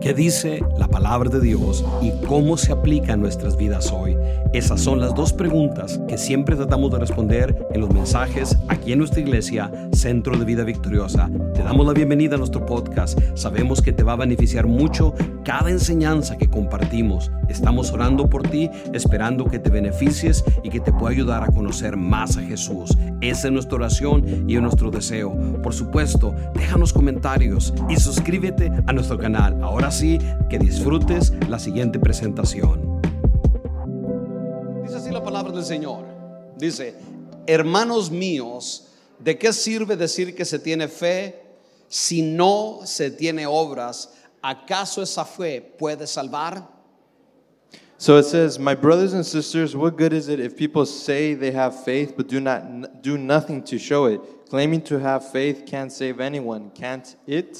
¿Qué dice la palabra de Dios y cómo se aplica a nuestras vidas hoy? Esas son las dos preguntas que siempre tratamos de responder en los mensajes aquí en nuestra iglesia, Centro de Vida Victoriosa. Te damos la bienvenida a nuestro podcast. Sabemos que te va a beneficiar mucho cada enseñanza que compartimos. Estamos orando por ti, esperando que te beneficies y que te pueda ayudar a conocer más a Jesús. Esa es nuestra oración y es nuestro deseo. Por supuesto, déjanos comentarios y suscríbete a nuestro canal. Ahora sí, que disfrutes la siguiente presentación. Dice así la palabra del Señor. Dice, hermanos míos, ¿de qué sirve decir que se tiene fe si no se tiene obras? ¿Acaso esa fe puede salvar? So it says, My brothers and sisters, what good is it if people say they have faith but do not do nothing to show it? Claiming to have faith can't save anyone, can't it?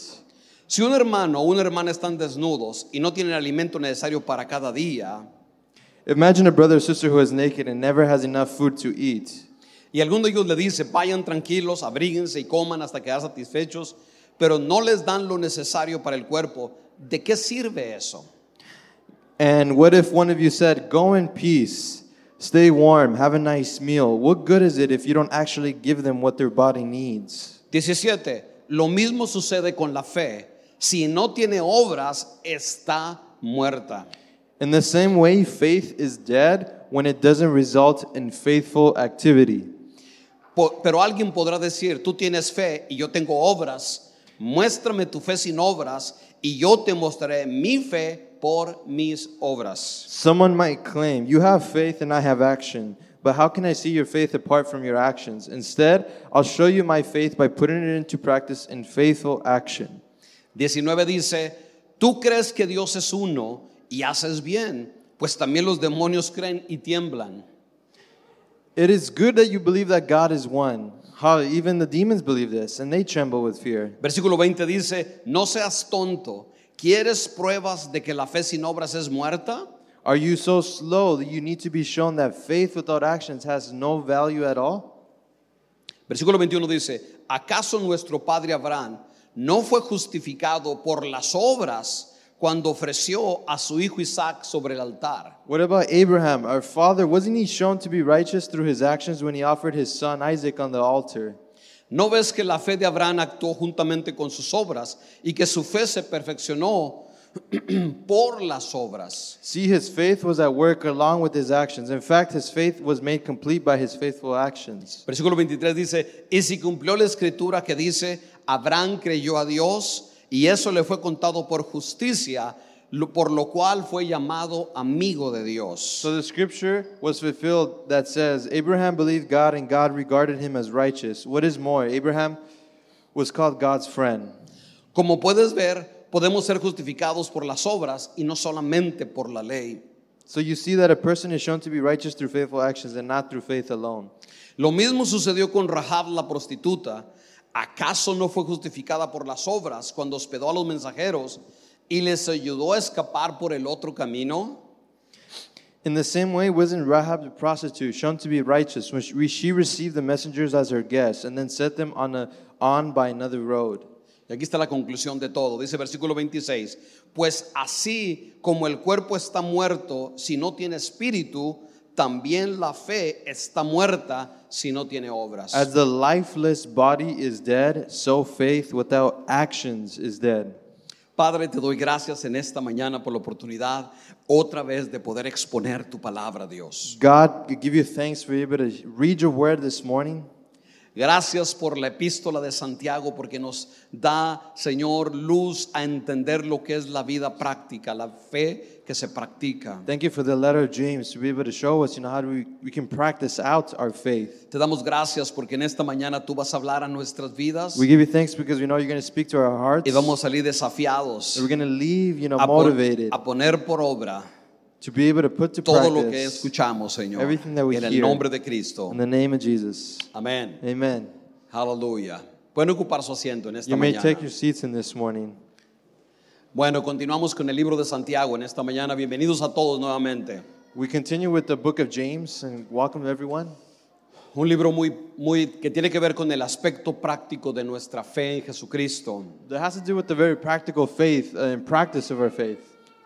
Si un hermano o una hermana están desnudos y no tienen alimento necesario para cada día, Imagine a brother or sister who is naked and never has enough food to eat. y alguno de ellos le dice, vayan tranquilos, abríguense y coman hasta quedar satisfechos, pero no les dan lo necesario para el cuerpo, ¿de qué sirve eso? And what if one of you said, Go in peace, stay warm, have a nice meal? What good is it if you don't actually give them what their body needs? 17. Lo mismo sucede con la fe. Si no tiene obras, está muerta. In the same way, faith is dead when it doesn't result in faithful activity. Po- Pero alguien podrá decir, tú tienes fe y yo tengo obras. Muéstrame tu fe sin obras y yo te mostraré mi fe por mis obras. Someone might claim, You have faith and I have action, but how can I see your faith apart from your actions? Instead, I'll show you my faith by putting it into practice in faithful action. 19 dice, tú crees que Dios es uno y haces bien, pues también los demonios creen y tiemblan. It is good that you believe that God is one. How even the demons believe this, and they tremble with fear. Versículo 20 dice, no seas tonto, ¿quieres pruebas de que la fe sin obras es muerta? Are you so slow that you need to be shown that faith without actions has no value at all? Versículo 21 dice, ¿acaso nuestro padre Abraham no fue justificado por las obras cuando ofreció a su hijo Isaac sobre el altar? What about Abraham, our father? Wasn't he shown to be righteous through his actions when he offered his son Isaac on the altar? ¿No ves que la fe de Abraham actuó juntamente con sus obras y que su fe se perfeccionó por las obras? See, his faith was at work along with his actions. In fact, his faith was made complete by his faithful actions. Versículo 23 dice, y si cumplió la escritura que dice, Abraham creyó a Dios y eso le fue contado por justicia, lo- por lo cual fue llamado amigo de Dios. So the scripture was fulfilled that says, Abraham believed God and God regarded him as righteous. What is more, Abraham was called God's friend. Como puedes ver, podemos ser justificados por las obras y no solamente por la ley. So you see that a person is shown to be righteous through faithful actions and not through faith alone. Lo mismo sucedió con Rahab la prostituta. ¿Acaso no fue justificada por las obras cuando hospedó a los mensajeros y les ayudó a escapar por el otro camino? In the same way, wasn't Rahab the prostitute shown to be righteous when she she received the messengers as her guests and then set them on, a, on by another road? Y aquí está la conclusión de todo. Dice versículo 26, pues así como el cuerpo está muerto si no tiene espíritu, también la fe está muerta si no tiene obras. As the lifeless body is dead, so faith without actions is dead. Padre, te doy gracias en esta mañana por la oportunidad otra vez de poder exponer tu palabra, Dios. God, we give you thanks for being able to read your word this morning. Gracias por la epístola de Santiago porque nos da, Señor, luz a entender lo que es la vida práctica, la fe que se practica. Thank you for the letter of James to be able to show us, you know, how do we, we can practice out our faith. Te damos gracias porque en esta mañana tú vas a hablar a nuestras vidas We give you thanks because we know you're going to speak to our hearts. y vamos a salir desafiados and we're going to leave, you know, a, pon- motivated a poner por obra to be able to put to todo lo que practice escuchamos, Señor, everything that we en el hear. nombre de Cristo. in the name of Jesus. Amén. Amen. Aleluya. Pueden ocupar su asiento en esta You may mañana. take your seats in this morning. Bueno, continuamos con el libro de Santiago en esta mañana. Bienvenidos a todos nuevamente. We continue with the book of James and welcome everyone. Un libro muy, muy que tiene que ver con el aspecto práctico de nuestra fe en Jesucristo. that has to do with the very practical faith uh, and practice of our faith.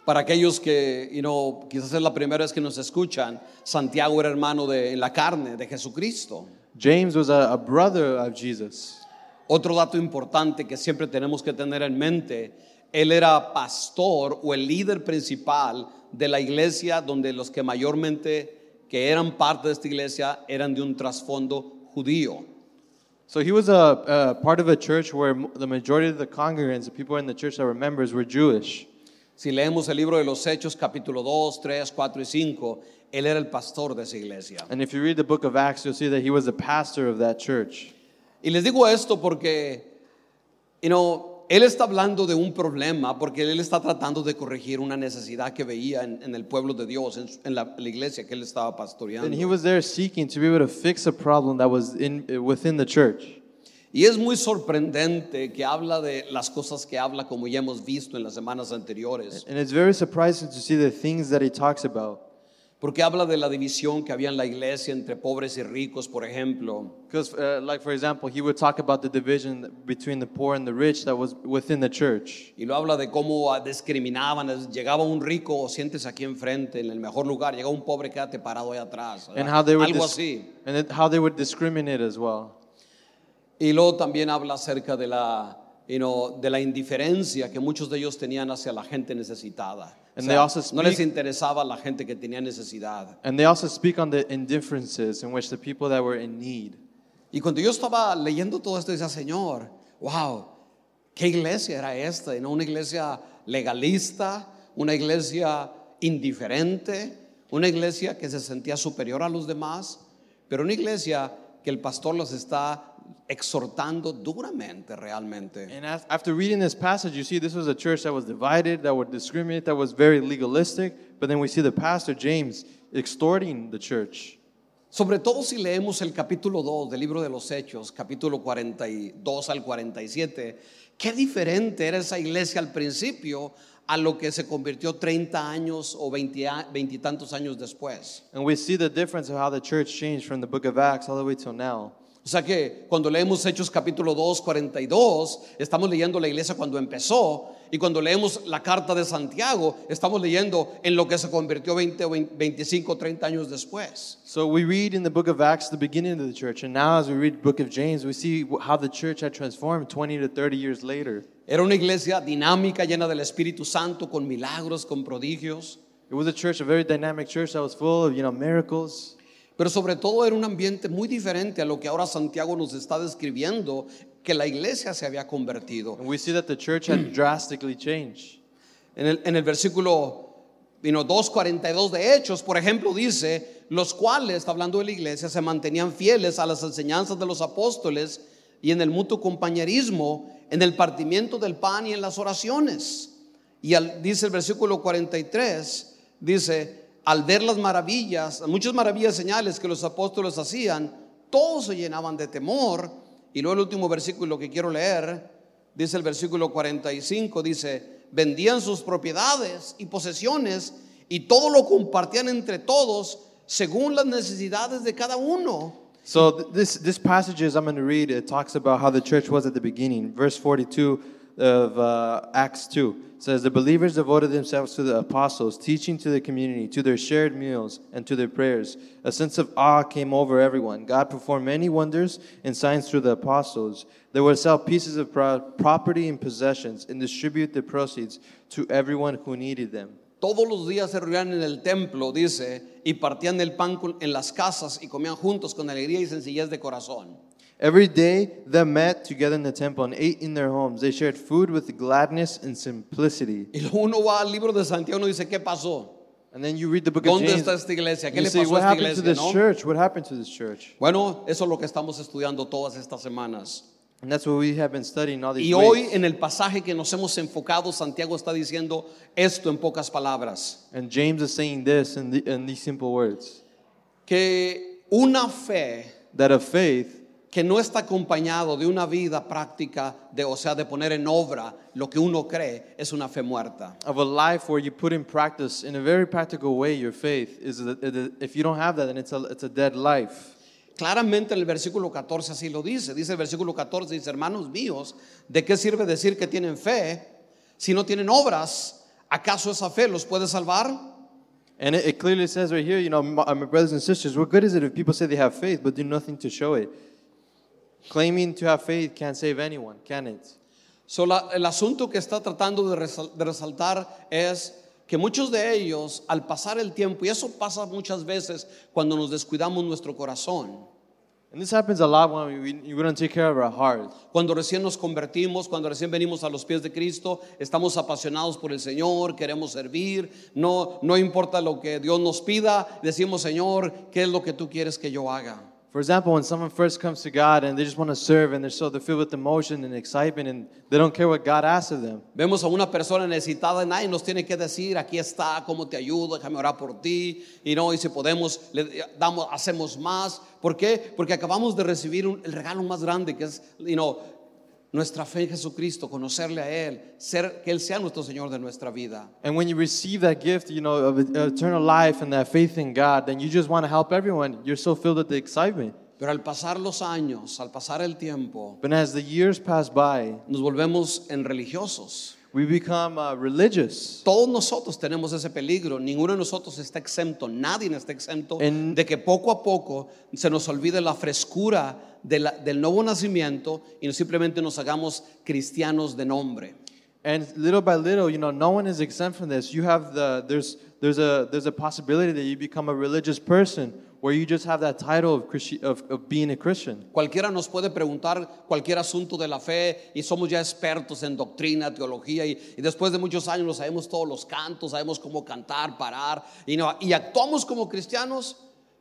Para aquellos que, you know, quizás es la primera vez que nos escuchan, Santiago era hermano de, en la carne de Jesucristo. James was a, a brother of Jesus. Otro dato importante que siempre tenemos que tener en mente, él era pastor o el líder principal de la iglesia donde los que mayormente que eran parte de esta iglesia eran de un trasfondo judío. So he was a, a part of a church where m- the majority of the congregants, the people in the church that were members, were Jewish. Si leemos el libro de los Hechos capítulo 2, 3, 4 y 5, él era el pastor de esa iglesia. And if you read the book of Acts, you'll see that he was the pastor of that church. Y les digo esto porque, you know, él está hablando de un problema porque él está tratando de corregir una necesidad que veía en, en el pueblo de Dios, en, su- en la, la iglesia que él estaba And he pastoreando. was there seeking to be able to fix a problem that was in, uh, within the church. Y es muy sorprendente que habla de las cosas que habla como ya hemos visto en las semanas anteriores, And it's very surprising to see the things that he talks about. porque habla de la división que había en la iglesia entre pobres y ricos, por ejemplo. Because, uh, like for example, he would talk about the division between the poor and the rich that was within the church. Y lo habla de cómo ah, discriminaban, llegaba un rico, siéntese aquí enfrente, en el mejor lugar, llegaba un pobre, quédate parado ahí atrás. And how they would Algo dis- así. and it- how they would discriminate as well. Y luego también habla acerca de la, you know, de la indiferencia que muchos de ellos tenían hacia la gente necesitada. O And sea, they also no speak- les interesaba la gente que tenía necesidad. And they also speak on the indifferences in which the people that were in need. Y cuando yo estaba leyendo todo esto, decía, Señor, wow, ¿qué iglesia era esta? Y no una iglesia legalista, una iglesia indiferente, una iglesia que se sentía superior a los demás, pero una iglesia que el pastor los está exhortando duramente realmente. And as, after reading this passage, you see this was a church that was divided, that would discriminate, that was very legalistic. But then we see the pastor, James, extorting the church. Sobre todo si leemos el capítulo 2 del libro de los Hechos, capítulo 42 al 47, qué diferente era esa iglesia al principio a lo que se convirtió 30 años o 20 a- 20 y tantos años después. And we see the difference of how the church changed from the book of Acts all the way till now. O sea que cuando leemos Hechos capítulo 2, 42, estamos leyendo la iglesia cuando empezó y cuando leemos la carta de Santiago, estamos leyendo en lo que se convirtió 20 o 20, 25 o 30 años después. So we read in the book of Acts the beginning of the church, and now as we read the book of James, we see wh- how the church had transformed 20 to 30 years later. Era una iglesia dinámica, llena del Espíritu Santo, con milagros, con prodigios, It was a church, a very dynamic church that was full of, you know, miracles. pero sobre todo era un ambiente muy diferente a lo que ahora Santiago nos está describiendo, que la iglesia se había convertido. And we see that the church had drastically changed. En el, en el versículo vino 2.42 de Hechos, por ejemplo, dice, los cuales, está hablando de la iglesia, se mantenían fieles a las enseñanzas de los apóstoles y en el mutuo compañerismo, en el partimiento del pan y en las oraciones. Y al- dice el versículo 43, dice, al ver las maravillas, muchas maravillas señales que los apóstoles hacían, todos se llenaban de temor. Y luego el último versículo que quiero leer, Dice el versículo 45, dice, vendían sus propiedades y posesiones y todo lo compartían entre todos según las necesidades de cada uno. So th- this this passages I'm going to read it talks about how the church was at the beginning. Verse 42 of uh, Acts 2 says the believers devoted themselves to the apostles, teaching to the community, to their shared meals, and to their prayers. A sense of awe came over everyone. God performed many wonders and signs through the apostles. They would sell pieces of pro- property and possessions and distribute the proceeds to everyone who needed them. Todos los días se reunían en el templo, dice, y partían el pan con- en las casas y comían juntos con alegría y sencillez de corazón. Every day they met together in the temple and ate in their homes. They shared food with gladness and simplicity. Y luego uno va al libro de Santiago y uno dice, ¿qué pasó? And then you read the book of ¿Dónde James. está esta iglesia? ¿Qué you le see pasó a what esta happened to iglesia? this no? church. What happened to this church? Bueno, eso es lo que estamos estudiando todas estas semanas. And that's what we have been studying all these Y weeks. hoy en el pasaje que nos hemos enfocado, Santiago está diciendo esto en pocas palabras, And James is saying this in, the, in these simple words: que una fe that of faith que no está acompañado de una vida práctica, de, o sea, de poner en obra lo que uno cree, es una fe muerta. of a life where you put in practice in a very practical way your faith is. that- it is- If you don't have that, then it's a it's a dead life. Claramente en el versículo 14 así lo dice. Dice el versículo 14, dice, hermanos míos, ¿de qué sirve decir que tienen fe si no tienen obras? ¿Acaso esa fe los puede salvar? And it, it clearly says right here, you know, my, my brothers and sisters, what good is it if people say they have faith but do nothing to show it? Claiming to have faith can't save anyone, can it? So, la- el asunto que está tratando de, resal- de resaltar es que muchos de ellos, al pasar el tiempo, y eso pasa muchas veces cuando nos descuidamos nuestro corazón, And this happens a lot when we, we don't take care of our heart. cuando recién nos convertimos, cuando recién venimos a los pies de Cristo, estamos apasionados por el Señor, queremos servir, no, no importa lo que Dios nos pida, decimos, Señor, ¿qué es lo que tú quieres que yo haga? For example, when someone first comes to God and they just want to serve and they're so they're filled with emotion and excitement and they don't care what God asks of them. Vemos a una persona necesitada, nadie nos tiene que decir, aquí está, cómo te ayudo, déjame orar por ti, y no, y si podemos, le damos, hacemos más. ¿Por qué? Porque acabamos de recibir un- el regalo más grande que es, you know, nuestra fe en Jesucristo, conocerle a Él, ser, que Él sea nuestro Señor de nuestra vida. And when you receive that gift, you know, of e-, eternal life and that faith in God, then you just want to help everyone. You're so filled with the excitement. Pero al pasar los años, al pasar el tiempo, But as the years pass by, nos volvemos en religiosos. we become uh, religious. Todos nosotros tenemos ese peligro, ninguno de nosotros está exento, nadie está exento En- de que poco a poco se nos olvide la frescura de la- del nuevo nacimiento y simplemente nos hagamos cristianos de nombre. And little by little, you know, no one is exempt from this. You have the there's there's a there's a possibility that you become a religious person where you just have that title of Christi- of, of being a Christian. Cualquiera nos puede preguntar cualquier asunto de la fe y somos ya expertos en doctrina, teología y, y después de muchos años lo sabemos todos los cantos, sabemos cómo cantar, parar y, no- y actuamos como cristianos,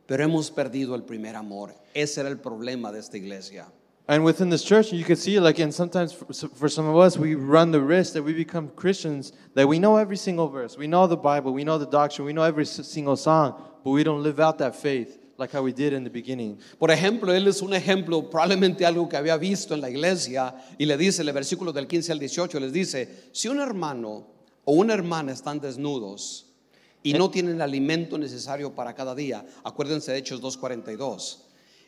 pero hemos perdido el primer amor. Ese era el problema de esta iglesia. And within this church, you can see, like, and sometimes for, for some of us, we run the risk that we become Christians, that we know every single verse, we know the Bible, we know the doctrine, we know every s- single song, but we don't live out that faith like how we did in the beginning. Por ejemplo, él es un ejemplo, probablemente algo que había visto en la iglesia, y le dice en el versículo del 15 al 18, les dice, si un hermano o una hermana están desnudos y no tienen el alimento necesario para cada día, acuérdense de Hechos 2.42,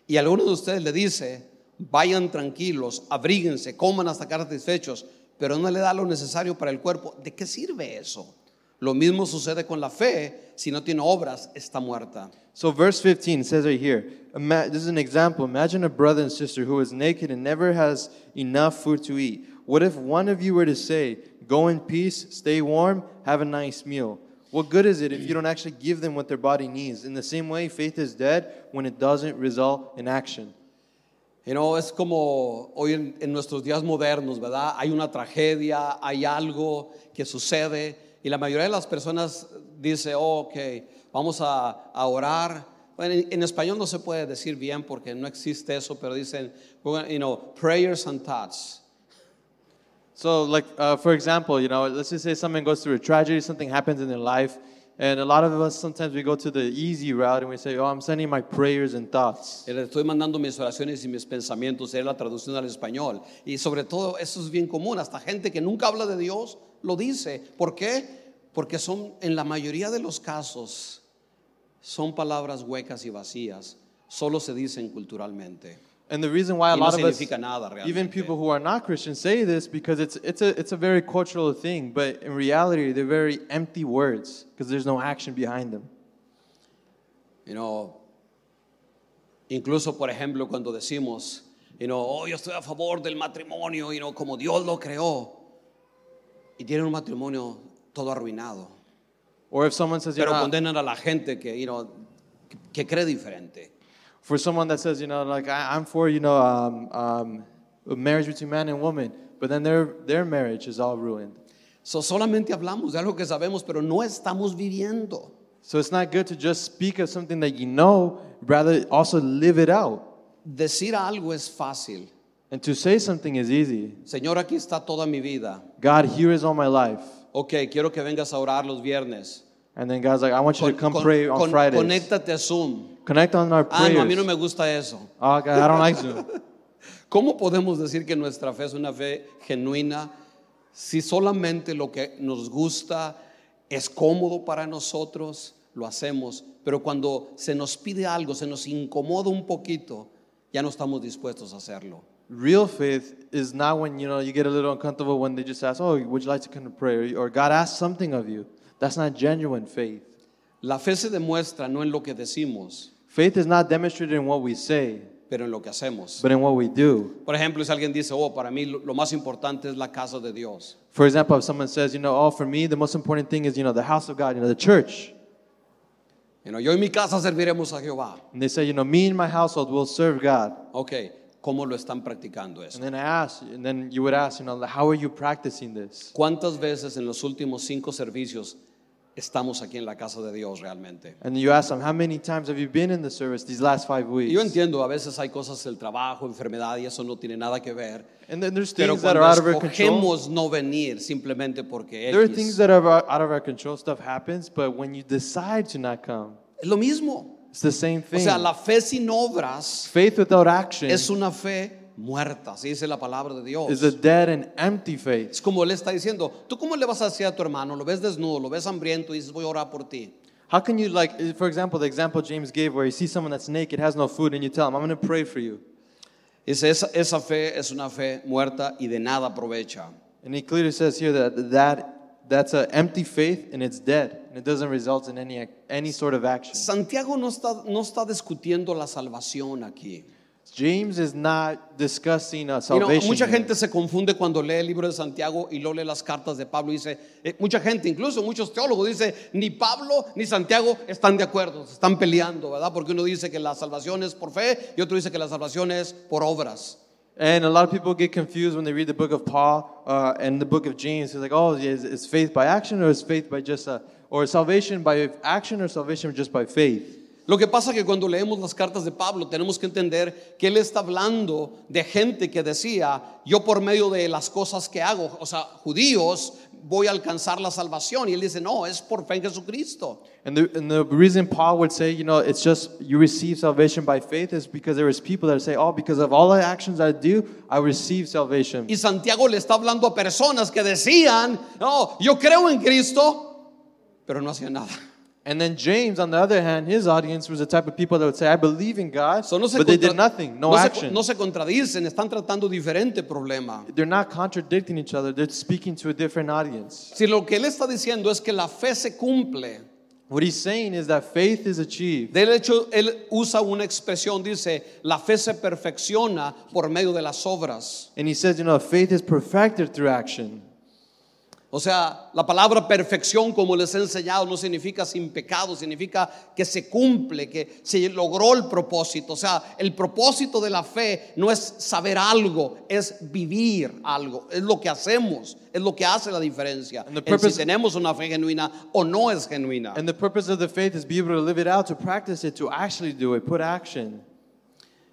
y a alguno de ustedes le dice, vayan tranquilos, abríguense, coman hasta quedar satisfechos, pero no le da lo necesario para el cuerpo, ¿de qué sirve eso? Lo mismo sucede con la fe, si no tiene obras, está muerta. So, verse 15 says right here ima- this is an example. Imagine a brother and sister who is naked and never has enough food to eat. What if one of you were to say, Go in peace, stay warm, have a nice meal? What good is it if you don't actually give them what their body needs? In the same way, faith is dead when it doesn't result in action. You know, es como hoy en, en nuestros días modernos, ¿verdad? Hay una tragedia, hay algo que sucede y la mayoría de las personas dice, "Oh, ok, vamos a, a orar. Bueno, en, en español no se puede decir bien porque no existe eso, pero dicen, "We're gonna, you know, prayers and thoughts. So, like uh, for example, you know, let's just say someone goes through a tragedy, something happens in their life, and a lot of us sometimes we go to the easy route and we say, "Oh, I'm sending my prayers and thoughts." Le estoy mandando mis oraciones y mis pensamientos, es la traducción al español. Y sobre todo, eso es bien común. Hasta gente que nunca habla de Dios lo dice. ¿Por qué? Porque son, en la mayoría de los casos, son palabras huecas y vacías. Solo se dicen culturalmente. And the reason why a Y no lot of us, significa nada realmente. even people who are not Christians, say this because it's it's a it's a very cultural thing, but in reality, they're very empty words because there's no action behind them. You know, incluso, por ejemplo, cuando decimos, you know, "Oh, yo estoy a favor del matrimonio, you know, como Dios lo creó, y tienen un matrimonio todo arruinado. Or if someone says, you Pero know, condenan a la gente que, you know, que- que cree diferente. for someone that says, you know, like I, I'm for, you know, um, um, marriage between man and woman, but then their their marriage is all ruined. So, solamente hablamos de algo que sabemos, pero no estamos viviendo. So it's not good to just speak of something that you know, rather also live it out. Decir algo es fácil. And to say something is easy. Señor, aquí está toda mi vida. God, here is all my life. Ok, quiero que vengas a orar los viernes. And then God's like, I want you to Con- come con- pray on con- Fridays. conéctate a Zoom. Connect on our Ah, prayers. no, a mí no me gusta eso. Oh, God, I don't like Zoom. ¿Cómo podemos decir que nuestra fe es una fe genuina si solamente lo que nos gusta es cómodo para nosotros, lo hacemos, Pero cuando se nos pide algo, se nos incomoda un poquito, ya no estamos dispuestos a hacerlo. Real faith is not when you know you get a little uncomfortable when they just ask, "Oh, would you like to come to pray?" or God asks something of you. That's not genuine faith. La fe se demuestra no en lo que decimos, Faith is not demonstrated in what we say, pero en lo que hacemos. but in what we do. Por ejemplo, si alguien dice, oh, para mí lo lo más importante es la casa de Dios. For example, if someone says, "You know, oh, for me, the most important thing is you know the house of God, you know the church," You know, yo y mi casa serviremos a Jehová. and they say, "You know, me and my household will serve God," Ok, ¿cómo lo están practicando eso? and then I ask, and then you would ask, you know, how are you practicing this? ¿Cuántas veces en los últimos cinco servicios estamos aquí en la casa de Dios realmente? And you ask them, "How many times have you been in the service these last five Y yo weeks?" entiendo, a veces hay cosas del trabajo, enfermedad y eso no tiene nada que ver. And then there's Pero things that cuando are out of our control. escogemos no venir simplemente porque There are X, things that are out of our control. Stuff happens, but when you decide to not come, es lo mismo. it's the same O thing. sea, la fe sin obras Faith without action es una fe muerta, así dice la palabra de Dios. is a dead and empty faith. Es como él está diciendo, ¿tú cómo le vas a decir a tu hermano? Lo ves desnudo, lo ves hambriento y dices, voy a orar por ti. How can you like, for example, the example James gave, where you see someone that's naked, has no food, and you tell him, "I'm going to pray for you," Dice, esa, esa fe es una fe muerta y de nada aprovecha. and he clearly says here that that that's an empty faith and it's dead and it doesn't result in any ac- any sort of action. Santiago no está, no está discutiendo la salvación aquí. James is not discussing You uh, know, salvation. mucha here. gente se confunde cuando lee el libro de Santiago y luego lee las cartas de Pablo y dice, eh, mucha gente, incluso muchos teólogos dicen, ni Pablo ni Santiago están de acuerdo, se están peleando, ¿verdad? Porque uno dice que la salvación es por fe y otro dice que la salvación es por obras. And a lot of people get confused when they read the book of Paul uh, and the book of James. They're like, oh, yeah, is, is faith by action or is faith by just, uh, or is salvation by action or salvation just by faith? Lo que pasa que cuando leemos las cartas de Pablo tenemos que entender que él está hablando de gente que decía, yo por medio de las cosas que hago, o sea, judíos, voy a alcanzar la salvación. Y él dice, no, es por fe en Jesucristo. And the, and the reason Paul would say, you know, it's just you receive salvation by faith is because there was people that say, oh, because of all the actions I do, I receive salvation. Y Santiago le está hablando a personas que decían, no, yo creo en Cristo, pero no hacían nada. And then James, on the other hand, his audience was the type of people that would say, I believe in God, So, no se but they contra- did nothing, no, no se- action. no se contradicen, están tratando diferente problema. They're not contradicting each other. They're speaking to a different audience. Si lo que él está diciendo es que la fe se cumple, What he's saying is that faith is achieved. De hecho, él usa una expresión, dice, la fe se perfecciona por medio de las obras. And he says, you know, faith is perfected through action. O sea, la palabra perfección, como les he enseñado, no significa sin pecado, significa que se cumple, que se logró el propósito. O sea, el propósito de la fe no es saber algo, es vivir algo, es lo que hacemos, es lo que hace la diferencia. And the en purpose- si tenemos una fe genuina o no es genuina. And the purpose of the faith is be able to live it out, to practice it, to actually do it, put action.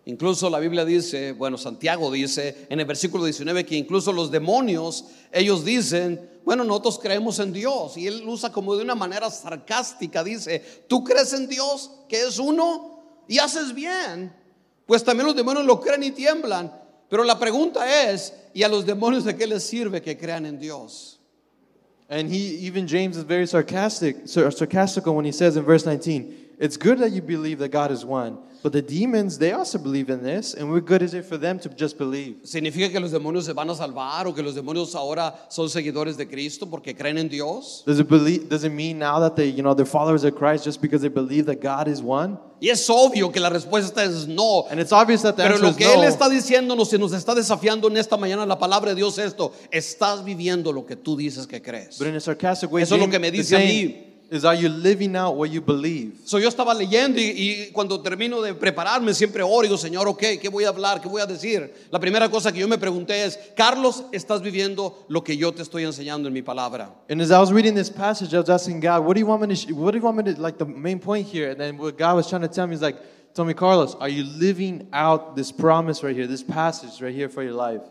Incluso la Biblia dice, bueno, Santiago dice en el versículo 19 que incluso los demonios, ellos dicen, bueno, nosotros creemos en Dios. Y él usa como de una manera sarcástica, dice, tú crees en Dios, que es uno, y haces bien. Pues también los demonios lo creen y tiemblan. Pero la pregunta es, ¿y a los demonios de qué les sirve que crean en Dios? And he, even James, is very sarcastic, sar- sarcastical when he says in verse 19, "It's good that you believe that God is one, but the demons they also believe in this, and what good is it for them to just believe?" ¿Significa que los demonios se van a salvar o que los demonios ahora son seguidores de Cristo porque creen en Dios? Does it believe? Does it mean now that they, you know, they're followers of Christ just because they believe that God is one? Y es obvio que la respuesta es no, And it's obvious that the Pero answer lo is que no. Él está diciéndonos y nos está desafiando en esta mañana la palabra de Dios es esto, estás viviendo lo que tú dices que crees. But in a sarcastic way, Eso es lo James que me is dice a saying mí. is are you living out what you believe? So, yo estaba leyendo y, y cuando termino de prepararme siempre oro y digo, Señor, ok, ¿qué voy a hablar? ¿Qué voy a decir? La primera cosa que yo me pregunté es, Carlos, ¿estás viviendo lo que yo te estoy enseñando en mi palabra? And as I was reading this passage, I was asking God, what do you want me to, sh- what do you want me to, like the main point here? And then what God was trying to tell me is like, tell me, Carlos, are you living out this promise right here, this passage right here for your life?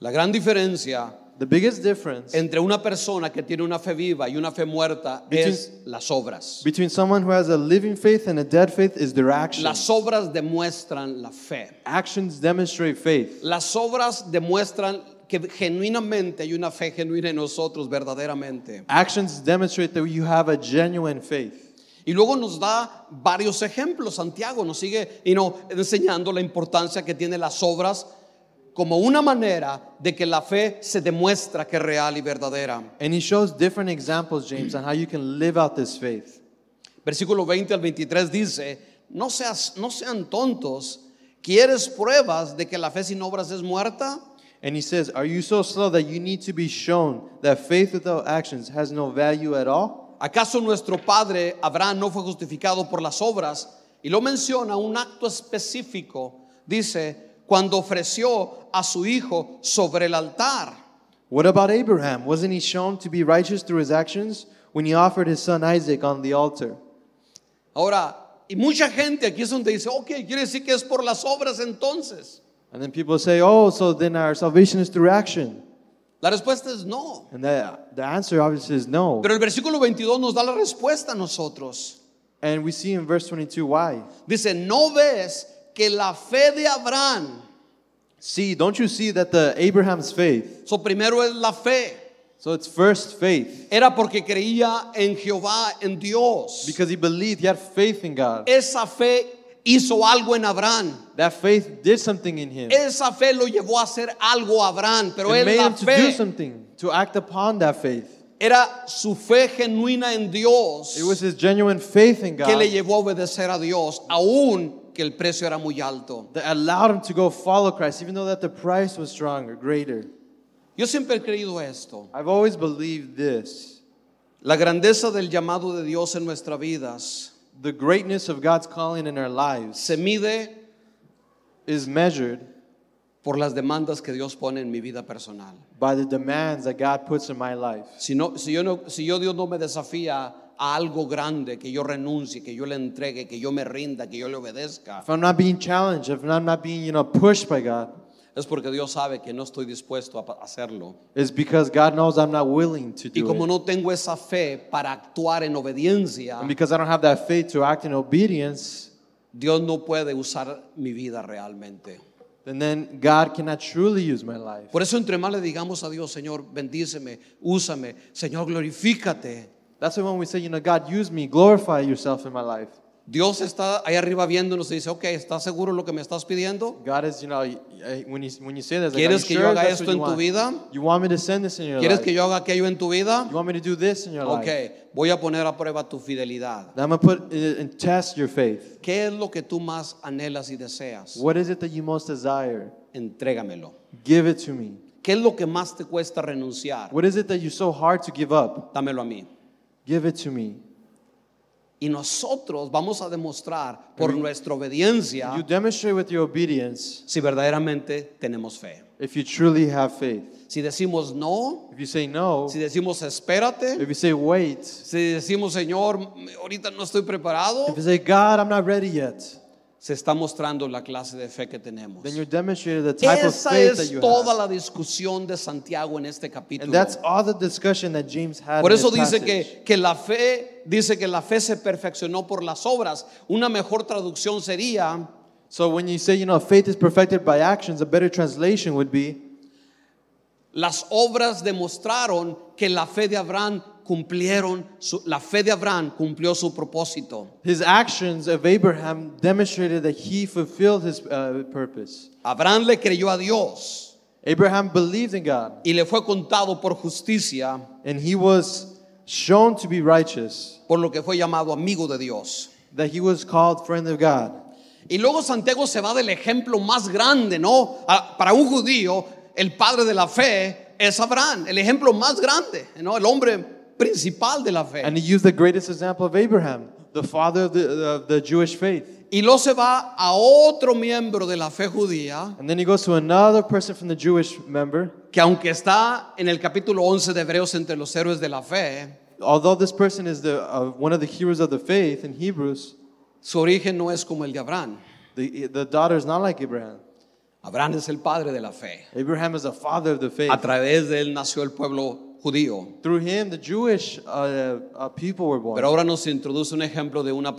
La gran diferencia The biggest difference entre una persona que tiene una fe viva y una fe muerta Between- es las obras. between someone who has a living faith and a dead faith is their actions. Las obras demuestran la fe. Actions demonstrate faith. Las obras demuestran que genuinamente hay una fe genuina en nosotros, verdaderamente. Actions demonstrate that you have a genuine faith. Y luego nos da varios ejemplos. Santiago nos sigue you know, enseñando la importancia que tienen las obras como una manera de que la fe se demuestra que es real y verdadera. And he shows different examples, James, on how you can live out this faith. Versículo 20 al 23 dice, no, seas, no sean tontos, ¿quieres pruebas de que la fe sin obras es muerta? And he says, Are you so slow that you need to be shown that faith without actions has no value at all? ¿Acaso nuestro padre Abraham no fue justificado por las obras? Y lo menciona un acto específico, dice, cuando ofreció a su hijo sobre el altar. What about Abraham? Wasn't he shown to be righteous through his actions when he offered his son Isaac on the altar? Ahora, y mucha gente aquí es donde dice, ok, quiere decir que es por las obras entonces. And then people say, Oh, so then our salvation is through action. La respuesta es no. And the, the answer obviously is no. Pero el versículo 22 nos da la respuesta a nosotros. And we see in verse 22 why. Dice, ¿no ves que la fe de Abraham? See, don't you see that the Abraham's faith? So primero es la fe. So it's first faith Era porque creía en Jehová, en Dios. because he believed, he had faith in God. Esa fe hizo algo en Abraham. That faith did something in him. Esa fe lo llevó a hacer algo a Abraham. Pero It es made la him to do fe. something, to act upon that faith. Era su fe genuina en Dios It was his genuine faith in que le God llevó a obedecer a Dios, aun que el precio era muy alto. that allowed him to go follow Christ, even though that the price was stronger, greater. Yo siempre he creído esto. I've always believed this. La grandeza del llamado de Dios en nuestras vidas The greatness of God's calling in our lives se mide is measured por las demandas que Dios pone en mi vida personal. by the demands that God puts in my life. Si, no, si, yo, no, si yo Dios no me desafía a algo grande, que yo renuncie, que yo le entregue, que yo me rinda, que yo le obedezca, If I'm not being challenged, if I'm not being, you know, pushed by God, es porque Dios sabe que no estoy dispuesto a pa- hacerlo. it's because God knows I'm not willing to Y do como it. no tengo esa fe para actuar en obediencia, And because I don't have that faith to act in obedience, Dios no puede usar mi vida realmente. then, then God cannot truly use my life. Por eso entre más le digamos a Dios, Señor, bendíceme, úsame, Señor, glorifícate. That's why when we say, you know, God, use me, glorify yourself in my life. Dios está ahí arriba viéndonos y dice, ok, ¿estás seguro lo que me estás pidiendo? God is, you know, y- y- when you, when you say this, like, ¿Quieres "Are you que yo sure haga that's esto what you en tu want? vida? You want me to send this in your ¿Quieres life? que yo haga aquello en tu vida? You want me to do this in your Ok, life? voy a poner a prueba tu fidelidad. Now I'm going to put uh, and test your faith. ¿Qué es lo que tú más anhelas y deseas? What is it that you most desire? Entrégamelo. Give it to me. ¿Qué es lo que más te cuesta renunciar? What is it that you're so hard to give up? Dámelo a mí. Give it to me. Y nosotros vamos a demostrar por nuestra obediencia You demonstrate with your obedience si verdaderamente tenemos fe. if you truly have faith. Si decimos no, If you say no, si decimos espérate, if you say wait, si decimos Señor, ahorita no estoy preparado, if you say God, I'm not ready yet, se está mostrando la clase de fe que tenemos. then you're demonstrating the type of Esa faith that you es toda have. la discusión de Santiago en este capítulo. And that's all the discussion that James had. Por in eso this dice passage. que, que la fe, dice que la fe se perfeccionó por las obras. Una mejor traducción sería, So when you say, you know, faith is perfected by actions, a better translation would be las obras demostraron que la fe de Abraham cumplieron, su- la fe de Abraham cumplió su propósito. his actions of Abraham demonstrated that he fulfilled his uh, purpose. Abraham le creyó a Dios Abraham believed in God y le fue contado por justicia, and he was shown to be righteous, por lo que fue llamado amigo de Dios. that he was called friend of God. Y luego Santiago se va del ejemplo más grande, ¿no? A- Para un judío, el padre de la fe es Abraham, el ejemplo más grande, ¿no? El hombre principal de la And fe. he used the greatest example of Abraham, the father of the, of the Jewish faith. Y luego se va a otro miembro de la fe judía, And then he goes to another person from the Jewish member. que aunque está en el capítulo 11 de Hebreos entre los héroes de la fe, Although this person is the, uh, one of the heroes of the faith in Hebrews, su origen no es como el de Abraham. the, the daughter is not like Abraham. Abraham es el padre de la fe. Abraham is a father of the faith. A través de él nació el pueblo judío. Through him, the Jewish uh, uh, people were born. Pero ahora nos introduce un ejemplo de una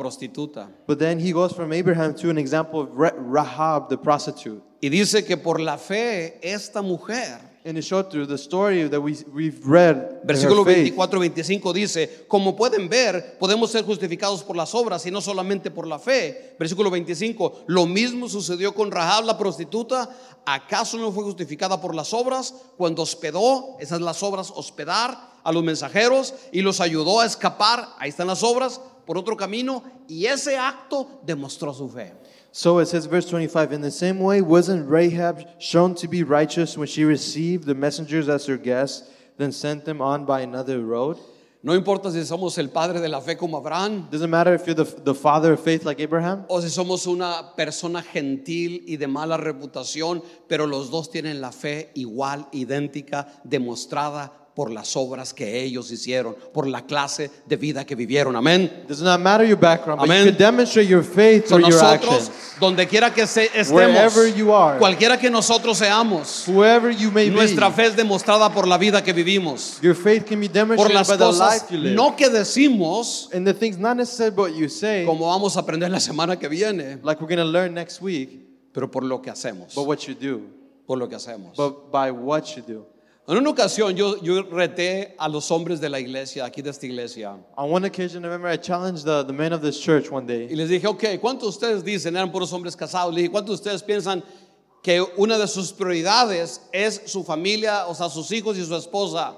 prostituta. but then he goes from Abraham to an example of Re- Rahab, the prostitute. Y dice que por la fe esta mujer in Ishotu, the story that we, we've read, in her Versículo faith, 24 25 dice, como pueden ver, podemos ser justificados por las obras y no solamente por la fe. Versículo 25, lo mismo sucedió con Rahab la prostituta. ¿Acaso no fue justificada por las obras cuando hospedó, esas las obras, hospedar a los mensajeros y los ayudó a escapar, ahí están las obras, por otro camino? Y ese acto demostró su fe. So it says, verse 25, in the same way, wasn't Rahab shown to be righteous when she received the messengers as her guests, then sent them on by another road? No importa si somos el padre de la fe como Abraham Doesn't matter if you're the, the father of faith like Abraham, o si somos una persona gentil y de mala reputación, pero los dos tienen la fe igual, idéntica, demostrada por las obras que ellos hicieron, por la clase de vida que vivieron. Amén. does not matter your background, but Amen. you can demonstrate your faith So through your nosotros, actions. donde quiera que se- Wherever you estemos, are. cualquiera que nosotros seamos, Whoever you may nuestra be, fe es demostrada por la vida que vivimos, your faith can be por demonstrated las by the life cosas you live. no que decimos, And the things, not necessarily what you say, como vamos a aprender la semana que viene, like we're going to learn next week, pero por lo que hacemos, but what you do, por lo que hacemos. but by what you do. En una ocasión yo, yo reté a los hombres de la iglesia, aquí de esta iglesia, On one occasion, I remember I challenged the, the men of this church one day. y les dije, ok, ¿cuántos de ustedes dicen, eran puros hombres casados? Les dije, ¿cuántos de ustedes piensan que una de sus prioridades es su familia, o sea, sus hijos y su esposa?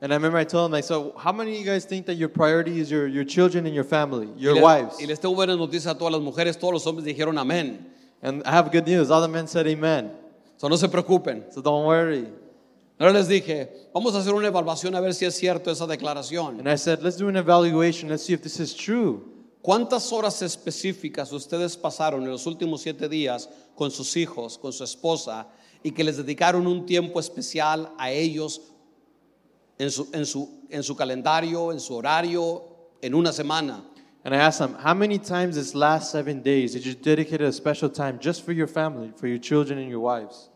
And I remember I told him, like, so how many of you guys think that your priority is your, your children and your family, Y your le- wives? Y les tengo buenas noticias a todas las mujeres, todos los hombres dijeron amén. And I have good news. All the men said amen. O sea, no se preocupen. So don't worry. Ahora les dije, vamos a hacer una evaluación a ver si es cierto esa declaración. And I said, let's do an evaluation. Let's see if this is true. ¿Cuántas horas específicas ustedes pasaron en los últimos siete días con sus hijos, con su esposa, y que les dedicaron un tiempo especial a ellos en su, en su, en su calendario, en su horario, en una semana? And I asked them, how many times this last seven days did you dedicate a special time just for your family, for your children and your wives?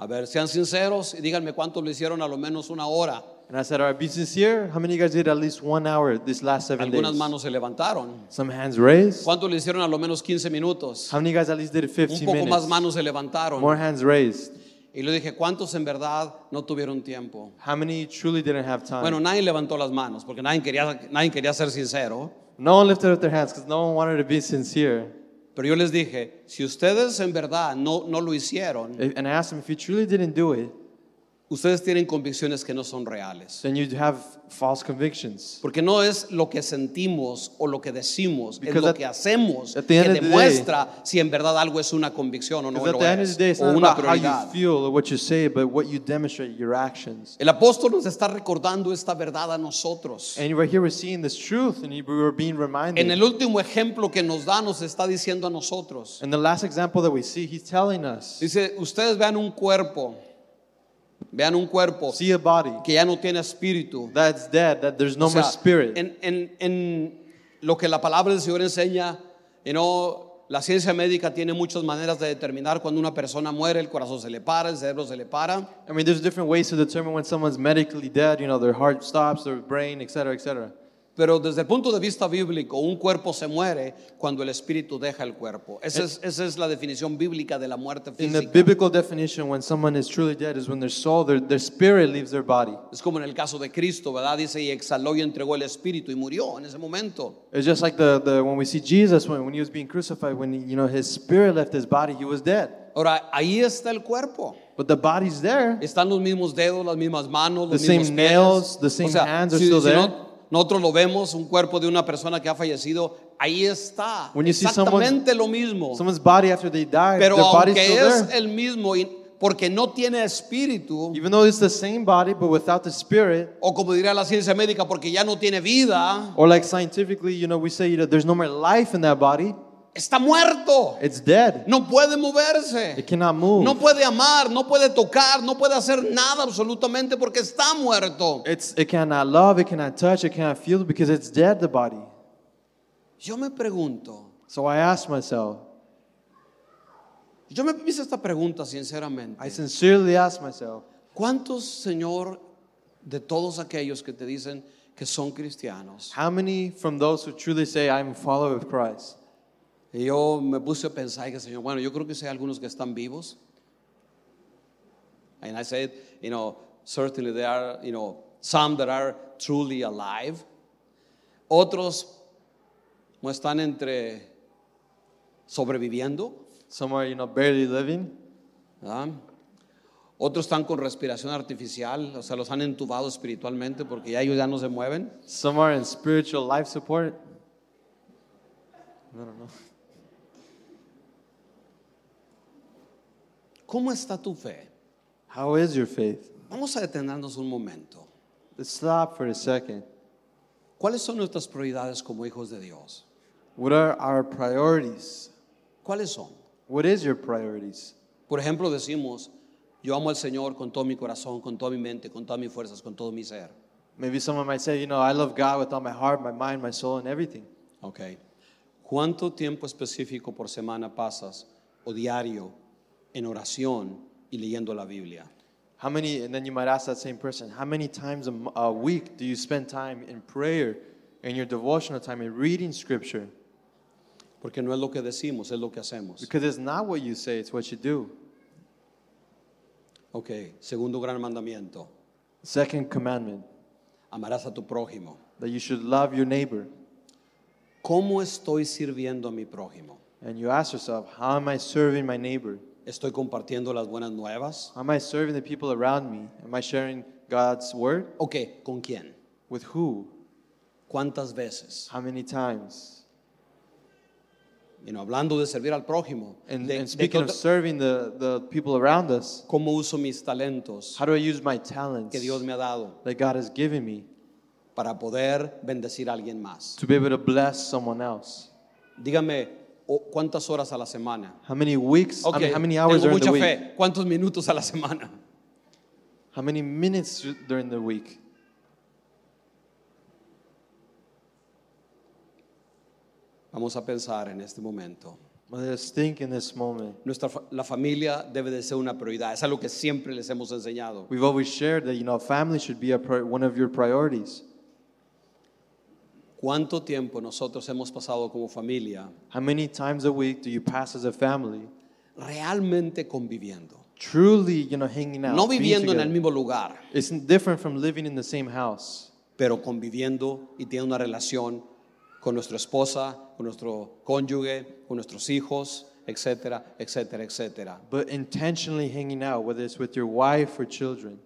A ver, sean sinceros y díganme cuánto lo hicieron a lo menos una hora. And I said, all right, be sincere. How many of you guys did at least one hour this last seven Algunas days? manos se levantaron. Some hands raised. ¿Cuánto lo hicieron a lo menos 15 minutos? How many of you guys at least did it Un 15 poco más minutes? manos se levantaron. More hands raised. Y le dije, ¿cuántos en verdad no tuvieron tiempo? How many truly didn't have time? Bueno, nadie levantó las manos porque nadie quería, nadie quería ser sincero. No one lifted up their hands because no one wanted to be sincere. Pero yo les dije, si ustedes en verdad no, no lo hicieron, And I asked them, if you truly didn't do it, ustedes tienen convicciones que no son reales. then you'd have false convictions. Porque no es lo que sentimos o lo que decimos, es Because lo at- que hacemos que at the end of the day- demuestra si en verdad algo es una convicción o no Because at lo the end of the es, day, it's o not una about how you prioridad. feel or what you say, but what you demonstrate, your actions. El apóstol nos está recordando esta verdad a nosotros. And right here, we're seeing this truth, and we were being En reminded. el último ejemplo que nos da, nos está diciendo a nosotros. And the last example that we see, he's telling us, Dice, ustedes vean un cuerpo, vean un cuerpo see a body que ya no tiene espíritu. that's dead, that there's no O sea, more spirit. En, en- en lo que la palabra del Señor enseña, you know, la ciencia médica tiene muchas maneras de determinar cuando una persona muere, el corazón se le para, el cerebro se le para. I mean, there's different ways to determine when someone's medically dead, you know, their heart stops, their brain, etc., etc. Pero desde el punto de vista bíblico, un cuerpo se muere cuando el espíritu deja el cuerpo. Esa es, esa es la definición bíblica de la muerte Eh. In the física. biblical definition, when someone is truly dead, is when their soul, their, their spirit leaves their body. Es como en el caso de Cristo, ¿verdad? Dice, y exhaló y entregó el espíritu y murió en ese momento. It's just like the, the when we see Jesus when, when he was being crucified, when he, you know his spirit left his body, he was dead. Ahora, ahí está el cuerpo. But the body's there. Están los mismos dedos, las mismas manos, los The same mismos pies. nails, the same o sea, hands are si, still si no- there. nosotros lo vemos, un cuerpo de una persona que ha fallecido, ahí está. When you see exactamente lo mismo. Someone's body after they died, Pero their body's aunque still es there. el mismo, y- porque no tiene espíritu, Even though it's the same body, but without the spirit, o como diría la ciencia médica, porque ya no tiene vida, or like scientifically, you know, we say you know, there's no more life in that body. está muerto. It's dead. No puede moverse. It cannot move. No puede amar, no puede tocar, no puede hacer nada absolutamente porque está muerto. It's it cannot love, it cannot touch, it cannot feel because it's dead. The body. Yo me pregunto, So I asked myself. yo me hice esta pregunta sinceramente. I sincerely asked myself. ¿Cuántos, Señor, de todos aquellos que te dicen que son cristianos? How many from those who truly say, I'm a follower of Christ? Y yo me puse a pensar, y dije, Señor, bueno, yo creo que sí hay algunos que están vivos. And I said, you know, certainly there are, you know, some that are truly alive. Otros no están entre sobreviviendo, Some are, you know, barely living. ¿verdad? Otros están con respiración artificial, o sea, los han entubado espiritualmente porque ya ellos ya no se mueven. Some are in spiritual life support. ¿Cómo está tu fe? How is your faith? Vamos a detenernos un momento. Let's stop for a second. ¿Cuáles son nuestras prioridades como hijos de Dios? What are our priorities? ¿Cuáles son? What is your priorities? Por ejemplo, decimos, yo amo al Señor con todo mi corazón, con toda mi mente, con todas mis fuerzas, con todo mi ser. Maybe someone might say, you know, I love God with all my heart, my mind, my soul, and everything. Ok. ¿Cuánto tiempo específico por semana pasas o diario en oración y leyendo la Biblia? How many, and then you might ask that same person, how many times a, m- a week do you spend time in prayer, in your devotional time, in reading scripture? Porque no es lo que decimos, es lo que hacemos. Because it's not what you say, it's what you do. Ok. Segundo gran mandamiento. Second commandment, Amarás a tu prójimo. that you should love your neighbor. ¿Cómo estoy sirviendo a mi prójimo? And you ask yourself, how am I serving my neighbor? ¿Estoy compartiendo las buenas nuevas? How am I serving the people around me? Am I sharing God's word? Ok. ¿Con quién? With who? ¿Cuántas veces? How many times? You know, hablando de servir al prójimo. And, de- de and speaking que of otra- serving the, the people around us, ¿Cómo uso mis talentos how do I use my talents que Dios me ha dado that God has given me para poder bendecir a alguien más? to be able to bless someone else? Dígame o- cuántas horas a la semana. How many weeks, I mean, Ok, how many hours tengo during the mucha fe. week? ¿Cuántos minutos a la semana? How many minutes during the week? Vamos a pensar en este momento. Well, let's think in this moment. Nuestra fa- la familia debe de ser una prioridad. Es algo que siempre les hemos enseñado. We've always shared that, you know, family should be a pri- one of your priorities. ¿Cuánto tiempo nosotros hemos pasado como familia How many times a week do you pass as a family realmente conviviendo? truly, you know, hanging out? No being viviendo en together? el mismo lugar, It's different from living in the same house, pero conviviendo y teniendo una relación con nuestra esposa, con nuestro cónyuge, con nuestros hijos, etcétera, etcétera, etcétera. but intentionally hanging out, whether it's with your wife or children.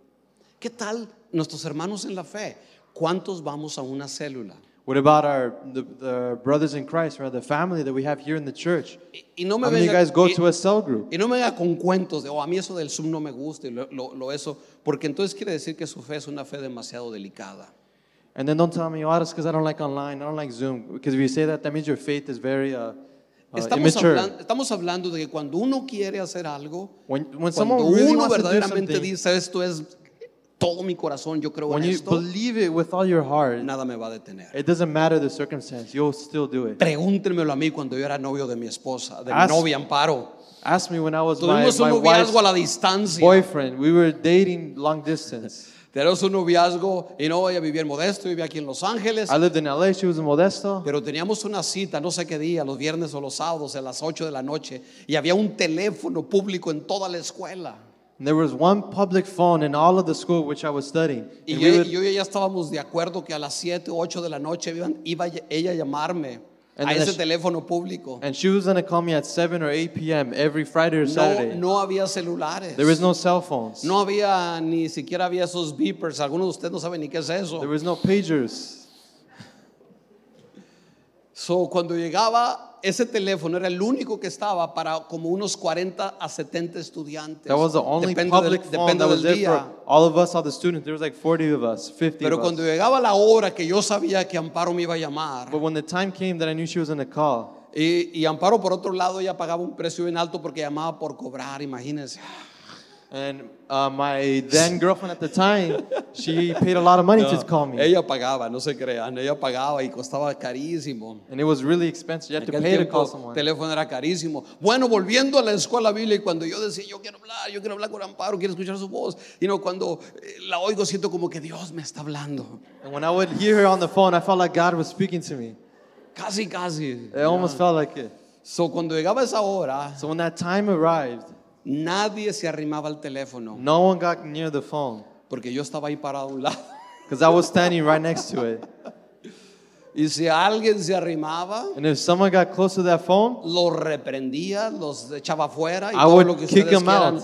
¿Qué tal nuestros hermanos en la fe? ¿Cuántos vamos a una célula? What about our the, the brothers in Christ, or the family that we have here in the church? Y, y no me How many of you venga- guys go y- to a cell group? y no me venga con cuentos de, oh, a mí eso del Zoom no me gusta y lo, lo- lo eso, porque entonces quiere decir que su fe es una fe demasiado delicada. And then don't tell me, oh, that's because I don't like online, I don't like Zoom. Because if you say that, that means your faith is very uh, uh, Estamos, immature. hablan- estamos hablando de que cuando uno quiere hacer algo, When, when cuando someone really uno wants to do verdaderamente something, dice, esto es todo mi corazón, yo creo when en you esto, believe it with all your heart, nada me va a detener. it doesn't matter the circumstance, you'll still do it. Pregúntenmelo a mí cuando yo era novio de mi esposa, de mi Ask- novia Amparo. Ask me when I was my, Tuvimos un my noviazgo a wife's la distancia. boyfriend, we were dating long distance. Tenemos un noviazgo y no, ella vivía en Modesto, vivía aquí en Los Ángeles, I lived in LA, she was in Modesto. pero teníamos una cita, no sé qué día, los viernes o los sábados, a las 8 de la noche, y había un teléfono público en toda la escuela. And there was one public phone in all of the school which I was studying. Y And yo, we would- yo y ella estábamos de acuerdo que a las 7 o 8 de la noche iban- iba, ella a llamarme And a then ese she- teléfono público. and she was going to call me at 7 or 8 p.m. every Friday or No, Saturday. no había celulares. There was no cell phones. No había, ni siquiera había esos beepers. Algunos de ustedes no saben ni qué es eso. There was no pagers. So, cuando llegaba, ese teléfono era el único que estaba para como unos 40 a 70 estudiantes. That was the only Depende public del- phone depende that was del there día. for all of us, all the students. There was like 40 of us, 50 Pero of us. cuando llegaba la hora que yo sabía que Amparo me iba a llamar, But when the time came that I knew she was going to call, y, y Amparo por otro lado ella pagaba un precio bien alto porque llamaba por cobrar, imagínense. and uh, my then girlfriend at the time, she paid a lot of money to call me. Ella pagaba, no se crean, ella pagaba y costaba carísimo. And it was really expensive. You had to Aquel pay to tiempo, call someone. teléfono era carísimo. Bueno, volviendo a la escuela bíblica, y cuando yo decía, yo quiero hablar, yo quiero hablar con Amparo, quiero escuchar su voz, y no, cuando eh, la oigo siento como que Dios me está hablando. And when I would hear her on the phone, I felt like God was speaking to me. Casi, casi. It almost felt like it. So, cuando llegaba esa hora, So when that time arrived, Nadie se arrimaba al teléfono No one got near the phone porque yo estaba ahí parado a un lado. because I was standing right next to it. Y si alguien se arrimaba, And if someone got close to that phone, los reprendía, los echaba fuera y I todo lo would que kick ustedes them quieran. out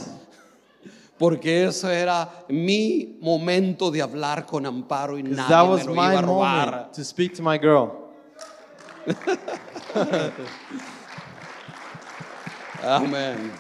Porque eso era mi momento de hablar con Amparo y because that nadie me was lo iba my a robar. moment to speak to my girl. Amén.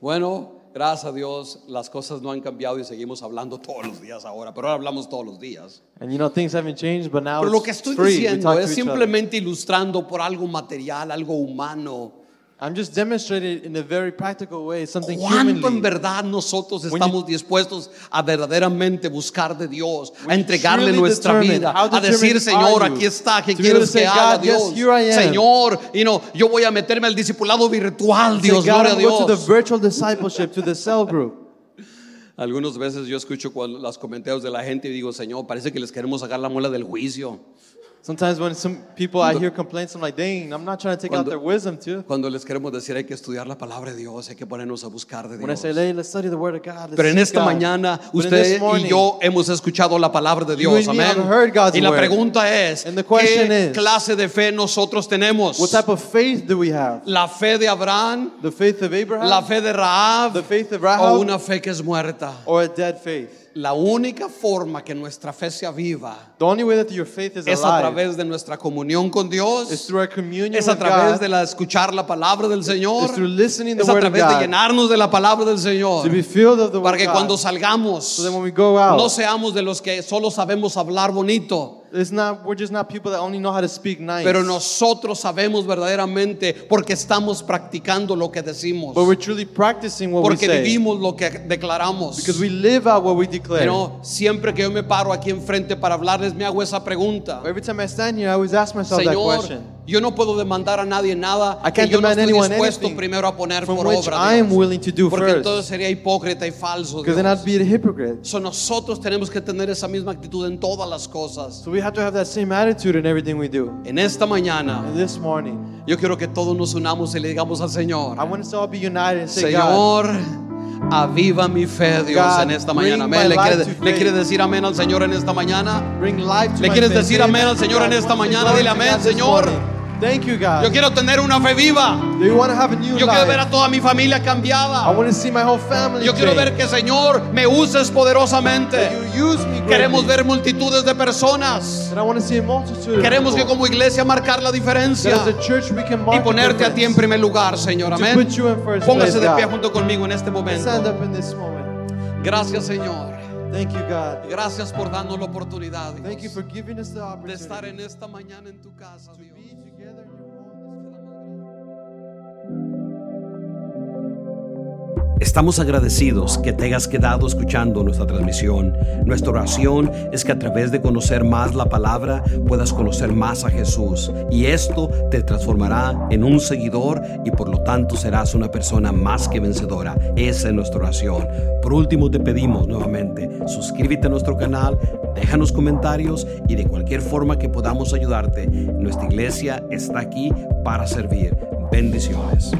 Bueno, gracias a Dios, las cosas no han cambiado y seguimos hablando todos los días ahora, pero ahora hablamos todos los días. And you know, things haven't changed, but now Pero lo que it's estoy free. We diciendo talk es to each other. simplemente ilustrando por algo material, algo humano. I'm just demonstrating it in a very practical way, something ¿Cuánto en humanly. verdad nosotros you- estamos dispuestos a verdaderamente buscar de Dios, a you entregarle truly nuestra determined, vida, how a decir, determined are Señor, you aquí está, ¿qué to be quieres able to que say, haga God, Dios? yes, here I am"? Señor, you know, yo voy a meterme al discipulado virtual, Say, Dios, God, gloria a I'm going to the Dios. virtual discipleship, to the cell group. Algunas veces yo escucho cuando- los comentarios de la gente y digo, Señor, parece que les queremos sacar la muela del juicio. Sometimes when some people I hear complaints, I'm like, dang, I'm not trying to take out Cuando- their wisdom too. Cuando les queremos decir, hay que estudiar la palabra de Dios, hay que ponernos a buscar de When I Dios. say, hey, let's study the word of God. Let's Pero en seek esta God." mañana But in this usted y morning, yo hemos escuchado la palabra de Dios, and me amén. have heard God's Y la word. pregunta es, And the question ¿qué is, clase de fe nosotros tenemos? What type of faith do we have? ¿La fe de Abraham, The faith of Abraham? la fe de Raab The faith of o Rahab? una fe que es muerta? Or a dead faith? La única forma que nuestra fe sea viva The only way that your faith is es a alive través de nuestra comunión con is Dios. through our communion Es a with través God, de la escuchar la palabra del Señor. is through listening the Es a word of través de God, llenarnos de la palabra del Señor. to be filled of the Para word que of cuando God. salgamos, So that when we go out, no seamos de los que solo sabemos hablar bonito, it's not, we're just not people that only know how to speak nice. pero nosotros sabemos verdaderamente porque estamos practicando lo que decimos, but we're truly practicing what we porque say. vivimos lo que declaramos. because we live out what we declare. Pero siempre que yo me paro aquí enfrente para hablarles, me hago esa pregunta. Every time I stand here, I always ask myself that Señor, question. yo no puedo demandar a nadie nada I que can't yo no demand estoy anyone dispuesto anything primero a poner from por which obra. I am Dios. willing to do porque first. entonces sería hipócrita y falso. Because then Dios. I'd be a hypocrite. So, nosotros tenemos que tener esa misma actitud en todas las cosas. So we have to have that same attitude in everything we do. En esta mañana, And this morning, yo quiero que todos nos unamos y le digamos al Señor, I want us to all be united and say, God, Señor, aviva mi fe, Dios, God, en esta bring mañana. my Amén. ¿Le life quiere, to le faith. quiere decir amén al Señor en esta mañana? bring life to ¿Le my quieres faith." decir Say amén al that Señor to en God. esta Glory mañana. to Dile God amén, this Señor. morning. Thank you, God. Yo quiero tener una fe viva. Do you want to have a new Yo quiero ver life? a toda mi familia I cambiada. want to see my whole family Yo quiero change. ver que Señor me uses That poderosamente. you use me Queremos ver greatly. multitudes de personas. And I want to see a multitude of Queremos que people. como iglesia marcar la diferencia That as a church we can y mark the ponerte a ti en difference. primer lugar, Señor. To Amén. put you in first Póngase place, de pie God. junto conmigo en este Stand momento. up in this moment. Gracias, Señor. Thank you, God. Gracias por darnos la oportunidad Dios, Thank you for giving us the de estar opportunity en esta mañana en tu casa, to Dios. be together in your home. Estamos agradecidos que te hayas quedado escuchando nuestra transmisión. Nuestra oración es que a través de conocer más la palabra puedas conocer más a Jesús y esto te transformará en un seguidor y por lo tanto serás una persona más que vencedora. Esa es nuestra oración. Por último te pedimos nuevamente, suscríbete a nuestro canal, déjanos comentarios y de cualquier forma que podamos ayudarte. Nuestra iglesia está aquí para servir. Bendiciones.